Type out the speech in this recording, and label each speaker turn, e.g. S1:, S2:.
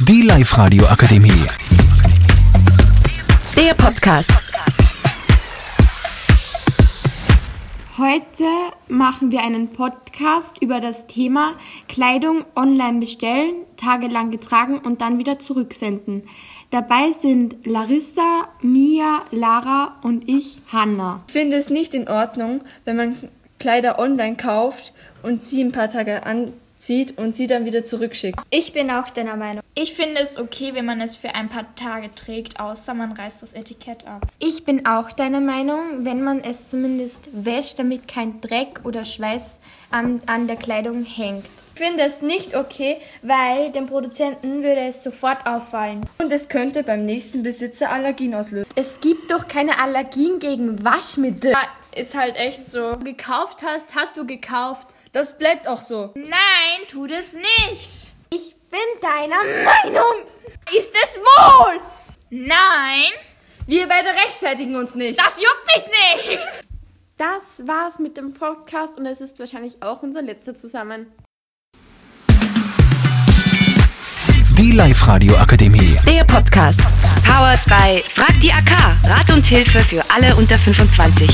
S1: Die Live-Radio Akademie.
S2: Der Podcast.
S3: Heute machen wir einen Podcast über das Thema Kleidung online bestellen, tagelang getragen und dann wieder zurücksenden. Dabei sind Larissa, Mia, Lara und ich Hanna.
S4: Ich finde es nicht in Ordnung, wenn man Kleider online kauft und sie ein paar Tage anzieht und sie dann wieder zurückschickt.
S5: Ich bin auch deiner Meinung.
S6: Ich finde es okay, wenn man es für ein paar Tage trägt, außer man reißt das Etikett ab.
S5: Ich bin auch deiner Meinung, wenn man es zumindest wäscht, damit kein Dreck oder Schweiß an, an der Kleidung hängt.
S7: Ich finde es nicht okay, weil dem Produzenten würde es sofort auffallen.
S4: Und es könnte beim nächsten Besitzer Allergien auslösen.
S5: Es gibt doch keine Allergien gegen Waschmittel.
S6: Ist halt echt so.
S7: Gekauft hast, hast du gekauft.
S4: Das bleibt auch so.
S6: Nein, tut es nicht.
S7: Ich bin deiner Meinung.
S6: Ist es wohl? Nein,
S4: Wir beide rechtfertigen uns nicht.
S6: das juckt mich nicht.
S8: Das war's mit dem Podcast und es ist wahrscheinlich auch unser letzter zusammen.
S1: Die Live-Radio Akademie.
S2: Der Podcast.
S9: Powered by Frag die AK. Rat und Hilfe für alle unter 25.